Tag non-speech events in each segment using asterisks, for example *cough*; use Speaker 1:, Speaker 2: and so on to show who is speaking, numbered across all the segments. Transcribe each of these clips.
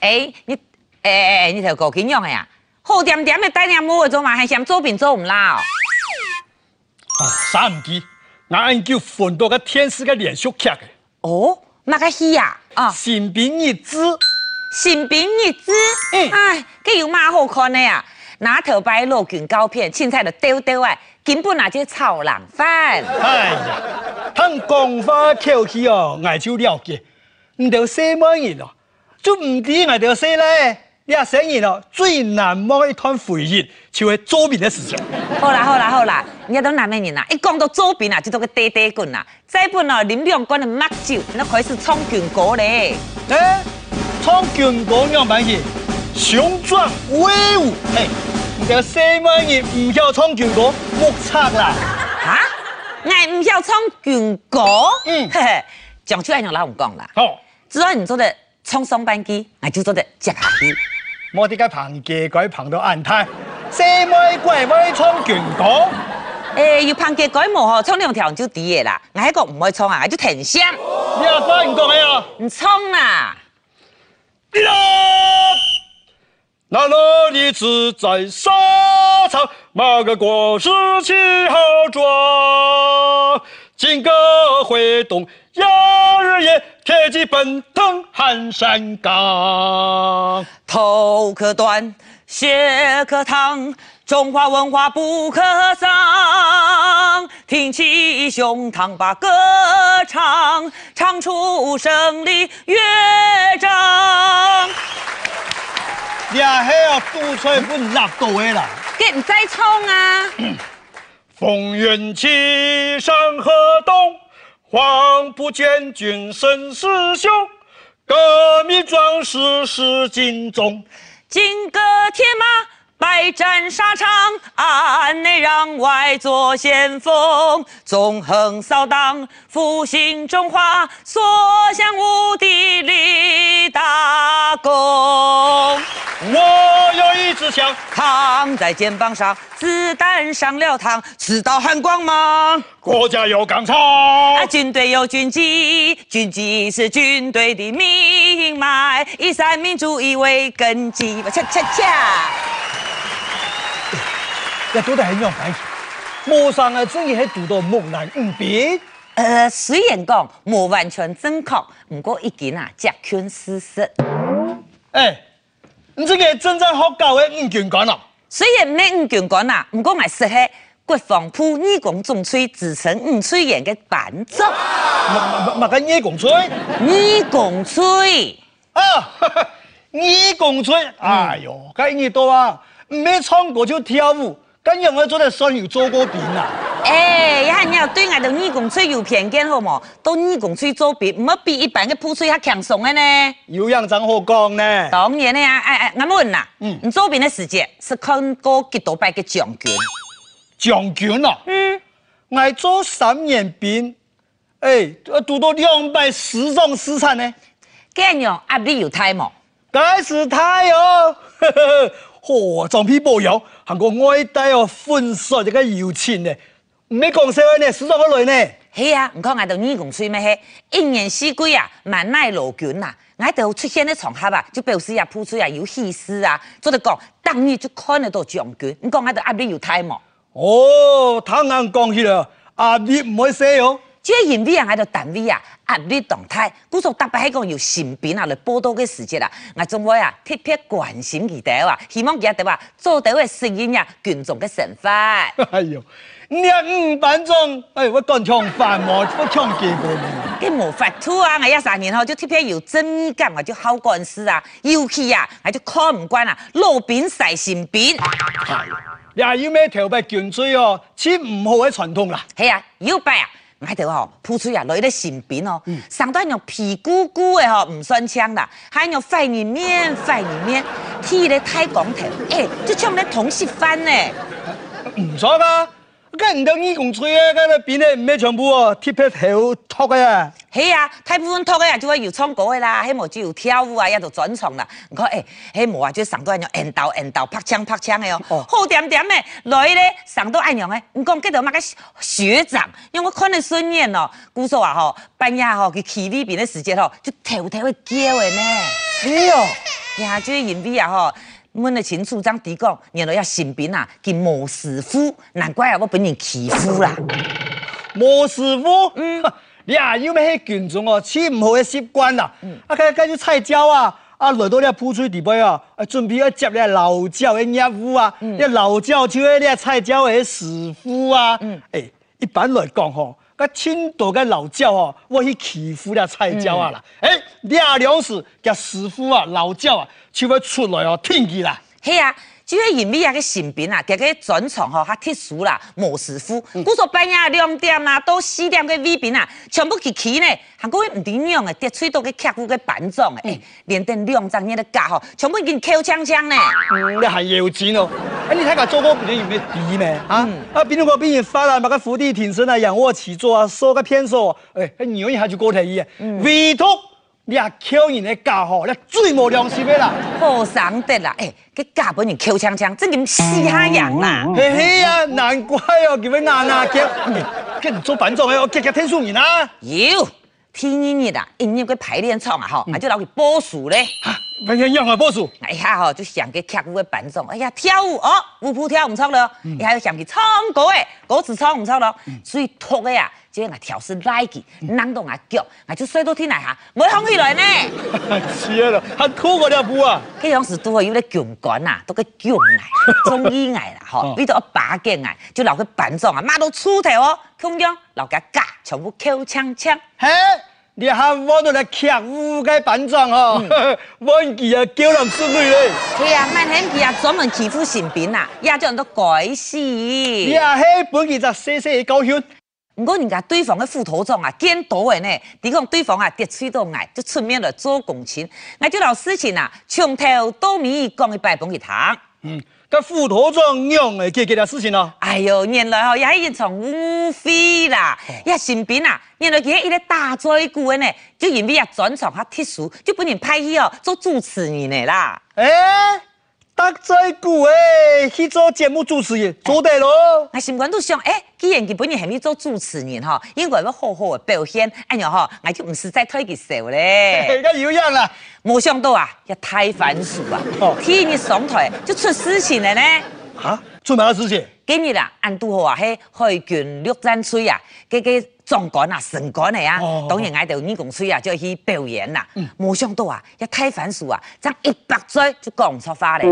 Speaker 1: 哎，你，哎哎哎，你条狗几样的呀？好点点的带你母做嘛，还嫌左边做唔啦哦？
Speaker 2: 啊，啥唔记？俺研究分到个天使个连续剧的，
Speaker 1: 哦，那个戏呀？啊，
Speaker 2: 新兵日子，
Speaker 1: 新兵日子
Speaker 2: 嗯，
Speaker 1: 哎，这有嘛好看的呀？拿头摆落卷胶片，凊彩就丢丢哎，根本啊这臭人饭。
Speaker 2: 哎呀，通讲话口气哦，俺就了解，唔着西门人哦，就唔知俺着西咧，也生人哦，最难忘一段回忆，就会做面的事情。
Speaker 1: 好啦好啦好啦，人家都南美人啦，一讲到左边啊，就做个嗲嗲棍啦。再不呢，林亮官的目睭，那开始创军歌嘞。
Speaker 2: 哎，唱军歌样板戏，雄壮威武，哎，唔着西门人唔晓唱军歌，目测啦。
Speaker 1: 哈，俺哎唔晓唱军歌。
Speaker 2: 嗯
Speaker 1: 嗯，嘿嘿，讲出来让老公讲啦。
Speaker 2: 好。
Speaker 1: 只要你做的冲上班机，俺就做的夹下机。
Speaker 2: 我哋嘅棚嘅改棚到暗胎，西妹鬼妹唱拳歌，
Speaker 1: 诶、要判决改模吼，唱两条就低的啦。俺迄个唔爱唱啊，俺就停声，
Speaker 2: 你阿爸唔讲啊呀？
Speaker 1: 唔啊唱啦。
Speaker 2: 你啦，那那里只在沙场，马个果实气好壮，金戈挥动耀日夜，铁骑奔腾撼山岗。
Speaker 1: 头可断，血可淌，中华文化不可丧。挺起胸膛把歌唱，唱出胜利乐章。
Speaker 2: 你阿嘿啊，杜吹不立到的啦。
Speaker 1: 给你再唱啊！
Speaker 2: 风云起，山河动，黄埔建军深师兄，革命壮士是金钟。
Speaker 1: 金戈铁马，百战沙场，岸内攘外做先锋，纵横扫荡，复兴中华，所向无敌立大功。
Speaker 2: 我有一支枪，
Speaker 1: 扛在肩膀上，子弹上了膛，刺刀含光芒。
Speaker 2: 国家有钢草。
Speaker 1: 啊，军队有军纪，军纪是军队的命脉，以三民主义为根基。恰恰恰。
Speaker 2: 这都得很样反莫上啊，真系读到木兰五别。
Speaker 1: 呃，虽然讲无完全正确，不过已经啊，接近事实。
Speaker 2: 哎，你这个真正学教的五军官啊，
Speaker 1: 虽然咩五强讲啊，不过我实系国防部二公总吹自称五吹人嘅版主，
Speaker 2: 嘛嘛嘛个二公吹
Speaker 1: 二公吹。
Speaker 2: 啊，二公吹，哎呦，该你多啊，唔免唱歌就跳舞，咁样我做得算有做过兵啊。
Speaker 1: 哎，一下你要对我的二公吹有偏见好冇？到二公吹做别，唔要比一般嘅普吹较强爽嘅呢。
Speaker 2: 有样怎好讲呢？
Speaker 1: 当然啦、啊，哎哎，我问啦，
Speaker 2: 嗯
Speaker 1: 你做边的时节是看过几多摆嘅将军？
Speaker 2: 将军啊，
Speaker 1: 嗯，
Speaker 2: 我做三年兵，哎，呃读到两百十种师产呢，
Speaker 1: 咁样压力啊有太冇？
Speaker 2: 该是他哟。 *laughs* 呵呵呵嚯，装皮包油，韩国外带哦，粉刷这个油钱呢，唔免讲笑话呢，十种好来呢。
Speaker 1: 系啊，唔看我到二公水咩嘿，一年四季啊，万耐劳卷呐，我啊到出现的场合啊，就表示啊，朴水啊有气势啊，做得讲，当然就看得到将军。你讲我啊到压力有太冇？
Speaker 2: 哦，他硬讲起了，啊，你唔会说哟。
Speaker 1: 即系因为啊，我到单位啊，压力动态，故说特别喺讲有新兵啊来报道嘅时节啊，我总会啊特别关心佢哋啊，希望佢哋啊做到嘅适应啊群众嘅生活。
Speaker 2: *laughs* 哎呦，你啊五班长，哎，我讲抢饭嘛，我抢结果呢。
Speaker 1: 佢冇法度啊！我一三年后就特别有正义感，我就好干事啊，尤其啊，我就看唔惯啊，路边晒新兵。
Speaker 2: 你啊要咩头白卷水哦，切唔好嘅传统啦。
Speaker 1: 系啊，要拜啊，我喺度吼，铺出啊落啲新兵哦，上到用皮鼓鼓的吼，唔算枪啦，还用快里面快里面，踢咧太光头，诶、就像咧同事翻呢。
Speaker 2: 唔錯噶，梗係唔到二公吹啊，梗係變咧咩全部哦，貼皮頭托嘅啊。
Speaker 1: 系啊，大部分托嘅人就會要唱歌嘅啦，迄無就要跳舞啊，也就轉場啦。唔過誒，迄無啊，就上到人用硬鬥硬鬥，拍槍拍槍嘅
Speaker 2: 哦
Speaker 1: 哦，好點點嘅，來咧上到安樣嘅。唔講叫做乜嘅學長，因為我看到孫燕哦，姑嫂啊吼，半夜吼佢去呢邊嘅時節吼，就頭頭會叫嘅呢。
Speaker 2: 是哦，
Speaker 1: 听这个音乐吼，阮的秦处长提讲，原来要新兵啊，去磨师傅，难怪啊，我本人欺负啦。
Speaker 2: 莫师傅，嗯， *laughs* 你啊要咩迄群众哦，起唔好嘅习惯啦。啊，介介啲菜椒啊，啊来到你铺水地杯啊，啊准备要接你的老椒嘅业务啊，你老椒就迄个菜椒嘅师傅啊。诶，一般来讲吼，个青岛嘅老椒哦，我去欺负了菜椒啊啦。诶，你啊两时嘅师傅啊，老椒啊，就要出来哦，听佢啦。
Speaker 1: 嘿啊，这个人民啊个新兵啊，这个转场吼较特殊啦，磨师傅。古说半夜两点啊到四点个尾兵啊，全部去起呢。韩国唔点样诶，跌吹到个客户个板状诶，哎连登两张呢咧夹吼，全部已经扣枪枪呢。
Speaker 2: 嗯你係要錢哦！哎，你睇下做嗰邊有咩底咩？啊啊，邊度個邊人發啊，把個伏地挺身啊，仰臥起坐啊，收個偏手啊，哎，哎牛一下就過睇伊，唯獨你啊扣人嘅教吼，你最無良心嘅啦！
Speaker 1: 好生得啦，哎，个夹本人扣枪枪，真咁死下人啦。
Speaker 2: 嘿嘿啊，難怪哦，叫佢牙牙叫，哎跟你做班長嘅，我夾夾天數人啊！
Speaker 1: 有，天一日啊，因为个排练场啊吼，啊就老去报数咧。
Speaker 2: 啊，明天要我報 *laughs* 數，
Speaker 1: 哎呀吼，就想给客户的伴奏，哎呀跳舞哦，舞步跳唔错了，伊还要想去唱歌诶，歌词唱唔错了，所以托个呀，即个调是来去，人到我脚，我就摔到天来下，没放起来呢。
Speaker 2: 是啦，還拖我兩步啊！
Speaker 1: 迄样时拄好有咧强管啊，都个强癌、 *laughs* 中医癌啦吼
Speaker 2: 哦，
Speaker 1: 遇到一把剑癌，就留去伴奏啊，妈都出头哦，空中留个架，全部扣枪枪。
Speaker 2: 嘿，你還我到嚟夾烏嘅班長哦， *laughs* 忘記啊叫人出去咧。
Speaker 1: 嘿啊，慢天气啊，专门欺负新兵啊，也叫人都改死。
Speaker 2: 你啊，迄本其實細細嘅狗熊，
Speaker 1: 唔过人家对方嘅副头长啊，见到的呢，你讲对方啊，跌吹到矮，就出面来做工钱，我就老事情啊，从头到尾讲一百本给他。
Speaker 2: 嗯，甲斧頭撞樣嘅記記條事情哦咯。
Speaker 1: 哎呦，原来吼也已经从乌飞啦，也身边啊，原来佢一个大灾故的呢，就因为啊转场较特殊，就本人派去哦做主持人的啦。
Speaker 2: 誒、欸，得罪久誒，去做節目主持人，做得咯。
Speaker 1: 我心肝都想，哎、既然佢本人系咪做主持人吼，应该要好好的表现，哎呦吼，我就唔是在推佢笑咧。
Speaker 2: *laughs* 而家要樣啦，
Speaker 1: 没想到啊，也太繁俗啊
Speaker 2: 哦！
Speaker 1: 天一上台就出事情了呢。
Speaker 2: 啊，出咩事情？
Speaker 1: 今日啊，俺拄好啊，喺海军陆战队啊，嗰个壮杆啊、神杆嚟啊
Speaker 2: 哦，嗯
Speaker 1: 当然挨到二公水啊，就要去表演啦。没想到啊，也太繁俗啊，真一百岁就讲唔出话咧。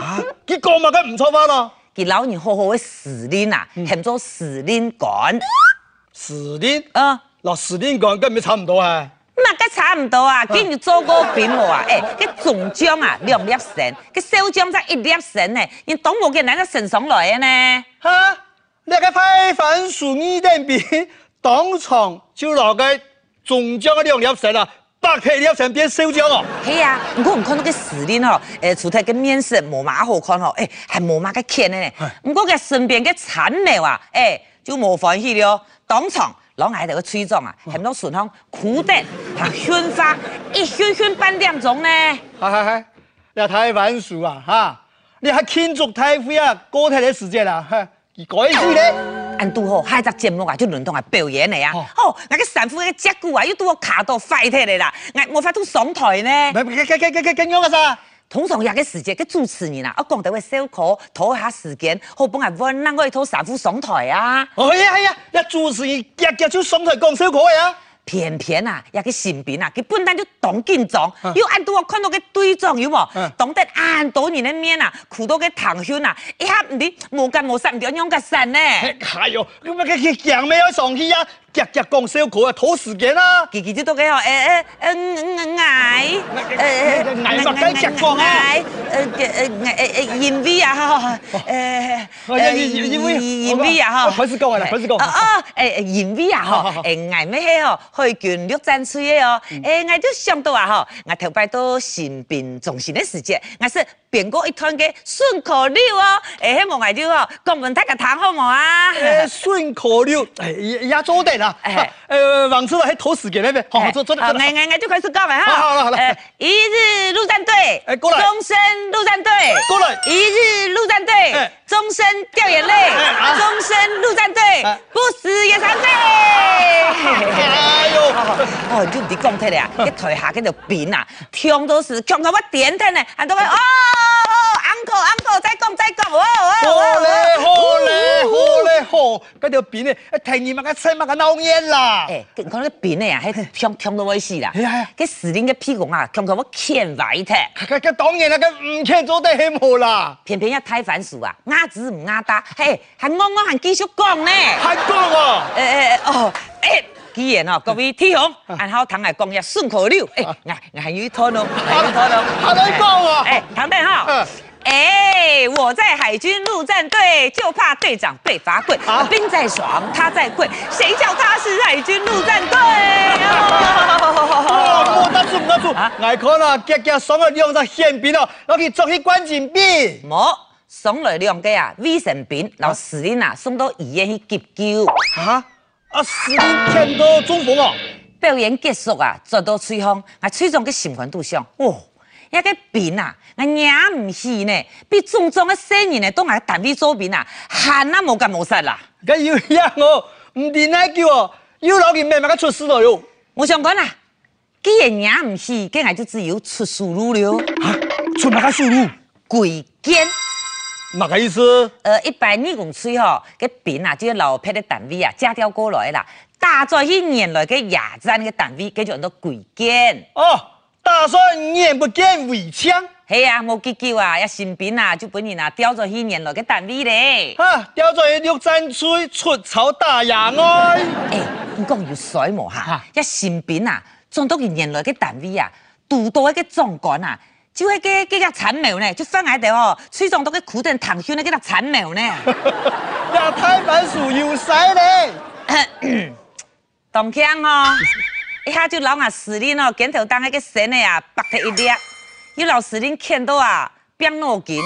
Speaker 2: 啊，佢講嘛，梗唔錯翻咯。
Speaker 1: 佢老人好好嘅司令啊，
Speaker 2: 嗯
Speaker 1: 喊做司令杆
Speaker 2: 時令，
Speaker 1: 啊。
Speaker 2: 嗱時令講跟咪差唔多啊。
Speaker 1: 嘛，佮差唔多
Speaker 2: 嗯
Speaker 1: 啊，今日做过兵无啊？诶、佮总奖啊两粒神，佮小奖才一粒神呢，人董武嘅人只神上来嘅呢。
Speaker 2: 哈，你個派反鼠二等兵，當場就落個中將嘅兩粒啊石啦，白皮粒石變小將哦。
Speaker 1: 系啊，不过我看到个司令吼，呃诶、除脱个面色无嘛好看吼，诶、还无嘛个欠的呢。
Speaker 2: 哎
Speaker 1: 不过个身边个惨苗啊，诶、就无欢喜了，哦当场老挨到个吹撞啊，
Speaker 2: 嗯
Speaker 1: 很多顺风苦等，还宣发一宣宣半点钟呢。
Speaker 2: 嗨嗨嗨，你啊太晚熟啊哈！你还庆祝太妃啊过太的时间啦，哈！你改死咧！
Speaker 1: 俺拄好，嗨只节目啊，就轮到我表演的啊。
Speaker 2: 哦
Speaker 1: 哦，那个散夫那个脚骨啊，又拄好卡到坏脱的啦，哎我无法度上台呢。
Speaker 2: 唔係，跟跟跟跟跟樣嘅啥？
Speaker 1: 通常有嘅時節，嘅主持人啊，我講到嘅小可拖下時間，好幫人揾咱我去討三夫上台啊。
Speaker 2: 哦係啊係啊，你主持人日日就上台講小可嘅啊！
Speaker 1: 偏偏啊，有嘅新兵啊，佢本身就當警長
Speaker 2: 啊，
Speaker 1: 又按到我看到嘅隊長有
Speaker 2: 啊
Speaker 1: 冇？當得按到你嘅面啊，苦到嘅堂兄啊，一下唔知無干無殺，唔知樣嘅神呢。
Speaker 2: 哎呦，咁咪佢佢行咩上去啊？日日講小可啊，拖時間啦！
Speaker 1: kỳ kỳ chứ tôi cái họ ê ê ê ngại ngại nhìn vi à ha nhìn vi à ha ờ nhìn vi à ha ngài mấy he ho hơi quyền nước dân suy ho ê ngài chứ xong tôi à ha ngài thầu bài tôi xin bình tổng xin đến sự kiện ngài sẽ biến cố ít thân cái xuân khổ liu ho ê he một ngài chứ ho công vấn thách cả tháng không mà à
Speaker 2: 誒，順可了，誒，也做得啦。
Speaker 1: 哎
Speaker 2: 誒，王師傅喺拖時間咧咩？好，做做得
Speaker 1: 好，
Speaker 2: 做
Speaker 1: 哎
Speaker 2: 得。
Speaker 1: 哎哎，就开始告白哈。
Speaker 2: 好好了好了
Speaker 1: 呃一日陆战队，
Speaker 2: 哎过来
Speaker 1: 终身陆战队，
Speaker 2: 过来
Speaker 1: 一日陆战队
Speaker 2: 哎，
Speaker 1: 终身掉眼泪
Speaker 2: 啊，
Speaker 1: 终身陆战队
Speaker 2: 哎，
Speaker 1: 不死也长
Speaker 2: 哎
Speaker 1: 队。
Speaker 2: 呦，
Speaker 1: 哦，你唔知讲脱咧啊！喺台下嗰度變啊，唱到是唱到我點脱呢，人都話哦，uncle uncle 再講再講，哦哦
Speaker 2: 好嘞
Speaker 1: 哦。
Speaker 2: 好嘞好嘞好，嗰條片咧一停二萬一千萬嘅鬧熱啦。
Speaker 1: 誒，佢講啲變咧啊，喺唱唱到我死啦！
Speaker 2: 係啊係啊
Speaker 1: 佢死人嘅屁股啊，唱到我欠歪脱。
Speaker 2: 佢佢當然啦，佢唔聽咗都起冇啦。
Speaker 1: 偏偏一太反數啊，啱字唔啱打，嘿，係我我還繼續講呢。
Speaker 2: 韓國啊，
Speaker 1: 誒誒哦，誒，既然哦，各位聽眾，
Speaker 2: 嗯
Speaker 1: 按好唐來講一順口溜，誒，我我還有一套咯，還有一套咯，
Speaker 2: 好嘞講啊
Speaker 1: 誒，唐代哈
Speaker 2: 嗯。
Speaker 1: 哎，我在海军陆战队，就怕队长被罚跪。
Speaker 2: 啊
Speaker 1: 兵在爽，他在跪，谁叫他是海军陆战
Speaker 2: *laughs*
Speaker 1: 队？哦
Speaker 2: 我得出唔得出？
Speaker 1: 啊
Speaker 2: 我看啦，日日爽嘅啊用只現片哦，攞去做啲關鍵片。
Speaker 1: 冇，爽來兩個啊，衛生病，老死人啊，送到醫院去急救。
Speaker 2: 啊！啊！司令看到中風哦，
Speaker 1: 表演结束啊，做到吹风，我吹中个心肝肚上，哦，一个病啊，我娘唔是呢，比种种的生人呢，都我单位做病啊，喊啊冇咁冇实啦。
Speaker 2: 佢要贏哦，唔掂奶叫哦，要攞件命物嘅出事了喲。
Speaker 1: 我想讲啦，啊既然娘唔是，咁我就只有出输入了，
Speaker 2: 啊！出乜嘅輸入？
Speaker 1: 鬼见。
Speaker 2: 乜嘅意思？
Speaker 1: 呃，一百二公尺吼，个边啊，就是老派的单位啊，架调过来啦，打在去原来嘅野战嘅单位，叫做到鬼见。
Speaker 2: 哦，打算眼不見為淨。
Speaker 1: 系啊，冇急救啊，一身病啊，就本人啊，调咗去原来嘅单位咧。
Speaker 2: *laughs* 啊！掉在六戰吹出草打哦牙哀。
Speaker 1: 哎，你講要水磨下
Speaker 2: 哈，
Speaker 1: 一善變啊，撞到件原來嘅單位啊，杜到一個壯幹啊，就係嘅幾隻產苗呢，就放喺度哦，吹撞到嘅苦定藤圈呢幾隻產苗呢。
Speaker 2: 呀！太板薯要使咧。
Speaker 1: 當腔 *laughs* 哦，一下就老牙死人哦，剪頭當一個神的啊，白頭一粒，有老死人看到啊，變腦筋。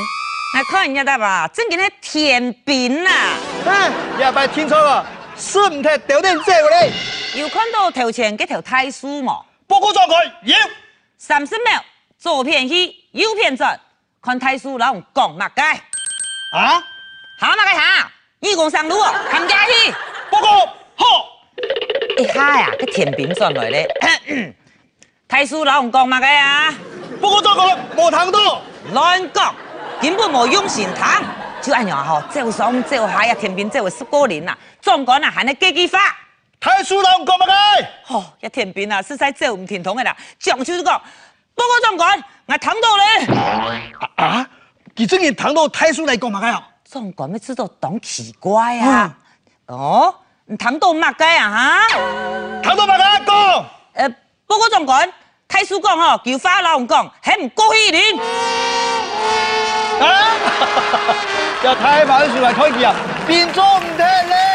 Speaker 1: 那看人家的嘛，真嘅係天兵啊，
Speaker 2: 啊！也別聽錯了，啊是唔踢掉點走咧？
Speaker 1: 又看到頭前嗰條太叔嘛。
Speaker 2: 報告狀佢，要
Speaker 1: 三十秒，左片去，右片转，看太叔老公讲乜嘅，
Speaker 2: 啊！
Speaker 1: 好乜嘅哈，义工上路哦，参加去。
Speaker 2: 報告好。
Speaker 1: 一下呀，个甜饼转来 *clears throat* 咧，太叔老公讲乜嘅啊？
Speaker 2: 報告狀佢冇糖多。
Speaker 1: 乱讲，根本冇用心谈，就安样吼，照上照下呀，甜饼照十个人呐，壮观啊，喊你几句话。
Speaker 2: 太叔老講乜嘅？
Speaker 1: 哦，一甜饼啊，实在走唔甜筒嘅啦，上手就讲，报告壮观，我糖到咧。
Speaker 2: 啊！佢真係談到太叔嚟講乜嘅啊？
Speaker 1: 中國咩知道懂奇怪啊？哦，唔談到乜嘅啊哈？
Speaker 2: 談到乜嘅講？
Speaker 1: 呃，不過中國睇書講哦，叫花老講，係唔過去年。
Speaker 2: *laughs* 啊！又太反樹嚟推佢啊，變咗唔聽咧。